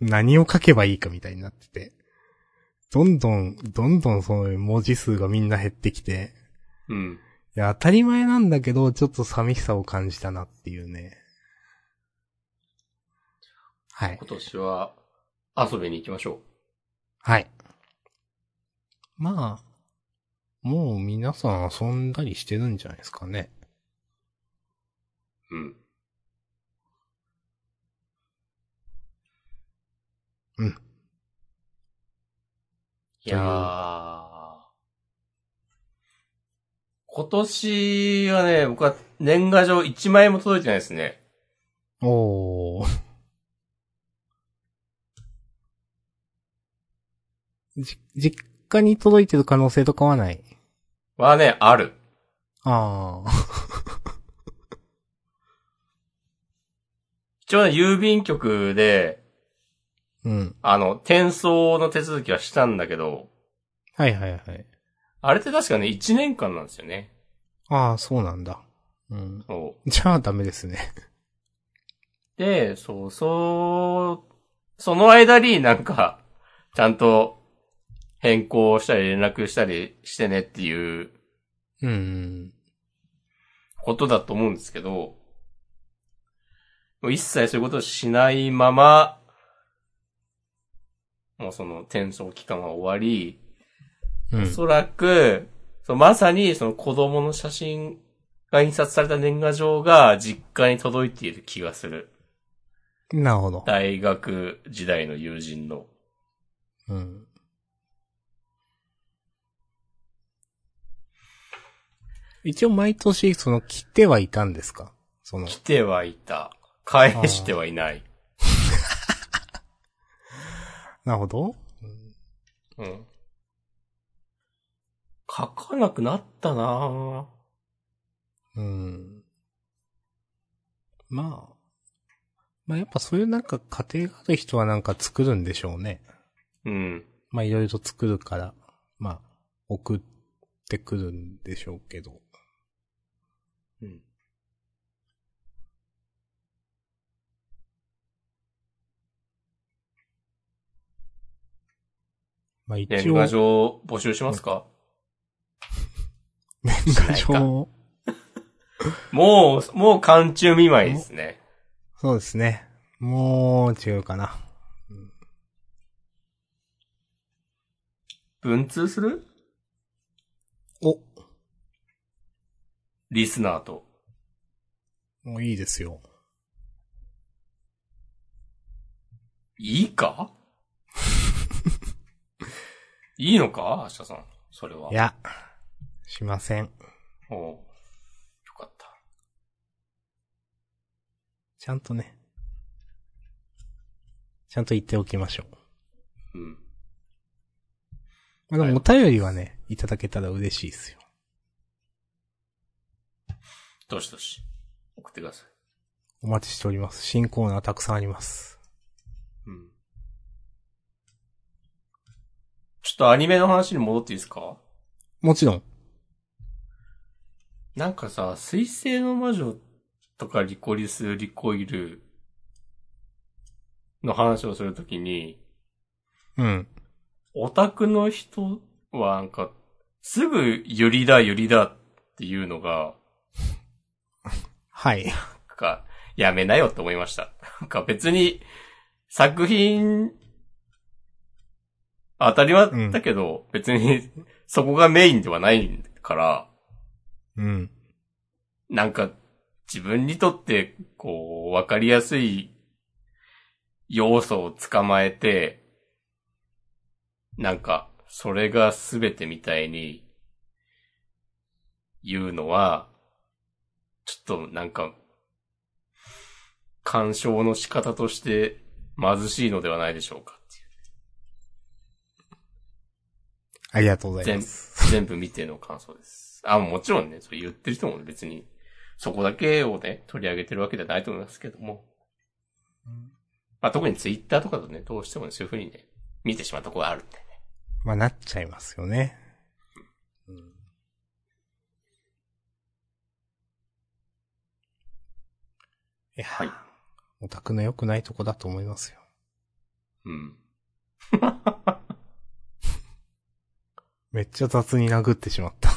何を書けばいいかみたいになってて。どんどん、どんどんその文字数がみんな減ってきて、
うん。
いや、当たり前なんだけど、ちょっと寂しさを感じたなっていうね。はい
今。年は遊びに行きましょ
はい。まあ、もう皆さん遊んだりしてるんじゃないですかね。
う。うん。
うん。
いやー
という。
今年はね、僕は年賀状1枚も届いてないですね。
おー。じ、実家に届いてる可能性とかはない。
はね、ある。
ああ。
一応ね、郵便局で、
うん。
あの、転送の手続きはしたんだけど、
はいはいはい。
あれって確かね、1年間なんですよね。
ああ、そうなんだ。うん。
そう。
じゃあダメですね。
で、そう、そう、その間になんか、ちゃんと変更したり連絡したりしてねっていう
うんうん。
ことだと思うんですけど、もう一切そういうことをしないまま、もうその転送期間は終わり、
う
お
ん。
そらく、そのまさにその子供の写真が印刷された年賀状が実家に届いている気がする。
なるほど。
大学時代の友人の。
うん。一応毎年、その、来てはいたんですかその
来、てはいた。返してはいない。
なるほど。
うん。書かなくなったなぁ。
うん。まあ、まあやっぱそういうなんか家庭がある人はなんか作るんでしょうね。
うん。
まあいろいろと作るから、まあ、送ってくるんでしょうけど。
うん。
まあ一
年
応
賀、状募集しますか
年賀状、
もう、もう寒中見舞いですね。
そうですね。もう違うかな。
文通する
お、
リスナーと。
もういいですよ。
いい かいいのか明日さん。それは。
いや、しません。
おう。よかった。
ちゃんとね。ちゃんと言っておきましょう。
うん。
まあでもお便りはね、いただけたら嬉しいですよ。
どしどし。送ってください。
お待ちしております。新コーナーたくさんあります。
うん。ちょっとアニメの話に戻っていいですか
もちろん。
なんかさ、水星の魔女とかリコリス、リコイルの話をするときに、
うん。
オタクの人はなんか、すぐユリだユリだっていうのが、
はい。
なんか、やめなよって思いました。 なんか別に、作品、当たり前だけど、別にそこがメインではないから、
うん。
なんか、自分にとって、こう、わかりやすい要素を捕まえて、なんか、それが全てみたいに、言うのは、ちょっとなんか、干渉の仕方として貧しいのではないでしょうかっていう
ありがとうござい
全
ま
部
す。、
全部見ての感想です。あ、もちろんね、そう言ってる人も別に、そこだけをね、取り上げてるわけではないと思いますけども。まあ、特にツイッターとかだとね、どうしてもね、そういうふうにね、見てしまうところがあるんでね。
まあなっちゃいますよね。うんいや、
はい
オタクの良くないとこだと思いますよ。
うん。
めっちゃ雑に殴ってしまった。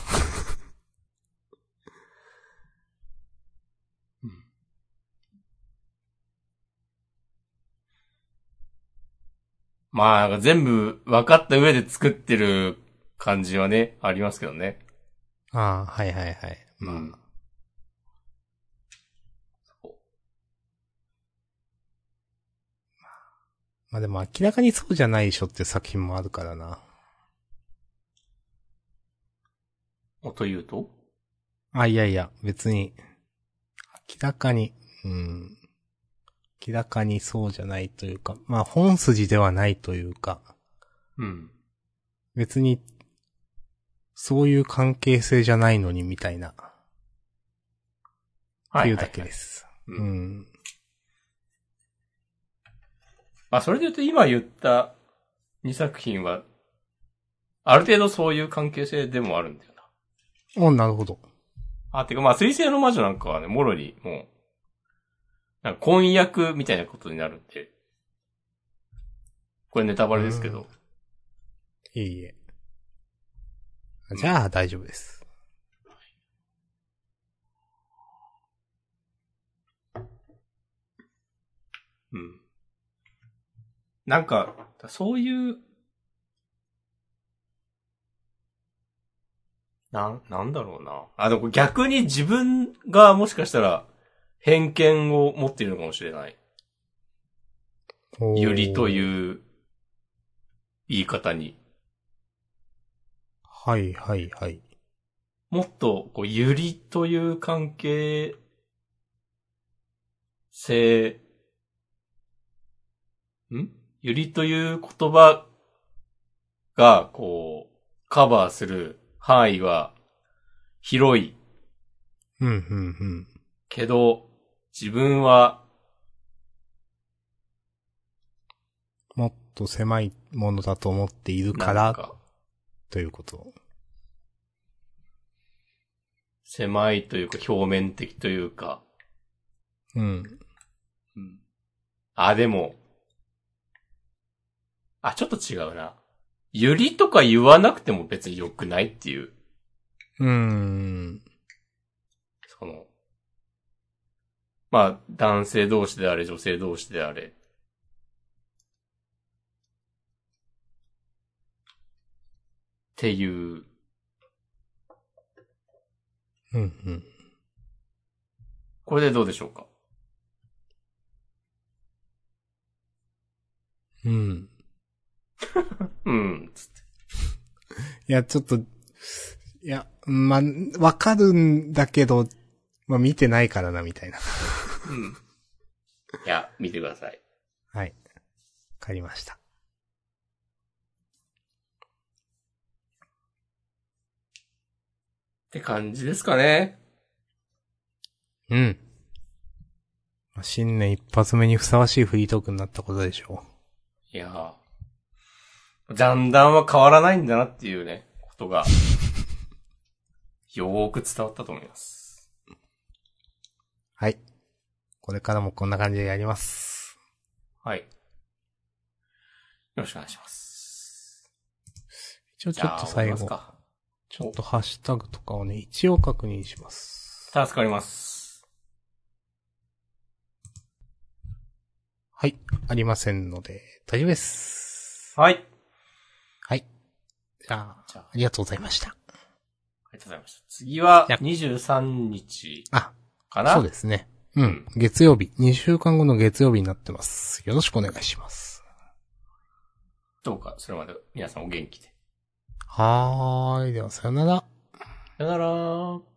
まあ、なんか全部分かった上で作ってる感じはね、ありますけどね。
ああ、はいはいはい。まあ、
うんそう
まあでも明らかにそうじゃないでしょっていう作品もあるからな。
おというと
あ、いやいや、別に、明らかに、うん。明らかにそうじゃないというか、まあ本筋ではないというか、
うん。
別に、そういう関係性じゃないのにみたいな、っ
は
て
いはい
いう
は
だ
い。
けです。
う。
うんん。
まあ、それで言うと今言った2作品は、ある程度そういう関係性でもあるんだよな。
お、なるほど。
あ、てかまあ、水星の魔女なんかはね、もろに、もう、なんか婚約みたいなことになるんで。これネタバレですけ
うん
ど。
いえいえ。あじゃあ大丈夫です。
うん。なんか、そういう、なん、なんだろうな。あ、でも逆に自分がもしかしたら偏見を持っているのかもしれない。ゆりと
う。
いう言い方に。
はいはいはい。
もっと、こう、ゆりという関係せい、んゆりという言葉が、こう、カバーする範囲は広い
うん、うん、うん。
けど、自分は、
もっと狭いものだと思っている
な
か
ん
ら、ということ。
狭いというか表面的というか、
うん。
あ、でも、あ、ちょっと違うな。ゆりとか言わなくても別に良くないっていう、
うーん。
その、まあ、男性同士であれ、女性同士であれ。っていう、
うん、うん。
これでどうでしょうか
うん。
うん、つって。
いや、ちょっと、いや、まあ、わかるんだけど、まあ、見てないからな、みたいな。
うん。いや、見てください。
はい。わかりました。
って感じですかね。
うん。まあ新年一発目にふさわしいフリートークになったことでしょ
いやージャンダンは変わらないんだなっていうね、ことが、よーく伝わったと思います。
う。はい。これからもこんな感じでやります。
はい。よろしくお願いします。
一応ちょっと最
じゃあ終わります
後、
か
ちょっとハッシュタグとかをね、一応確認します。
助かります。
はい。ありませんので、大丈夫です。
はい。あり
はい。じゃあ、
じゃあ
ありがとうございました。
がとうございました。次は
じゃあ
23日
あ、
かな
そうですね。うん。月曜日、2週間後の月曜日になってます。よろしくお願いします。
どうか、それまで皆さんお元気で。
はーい。では、さよなら。
さよならー。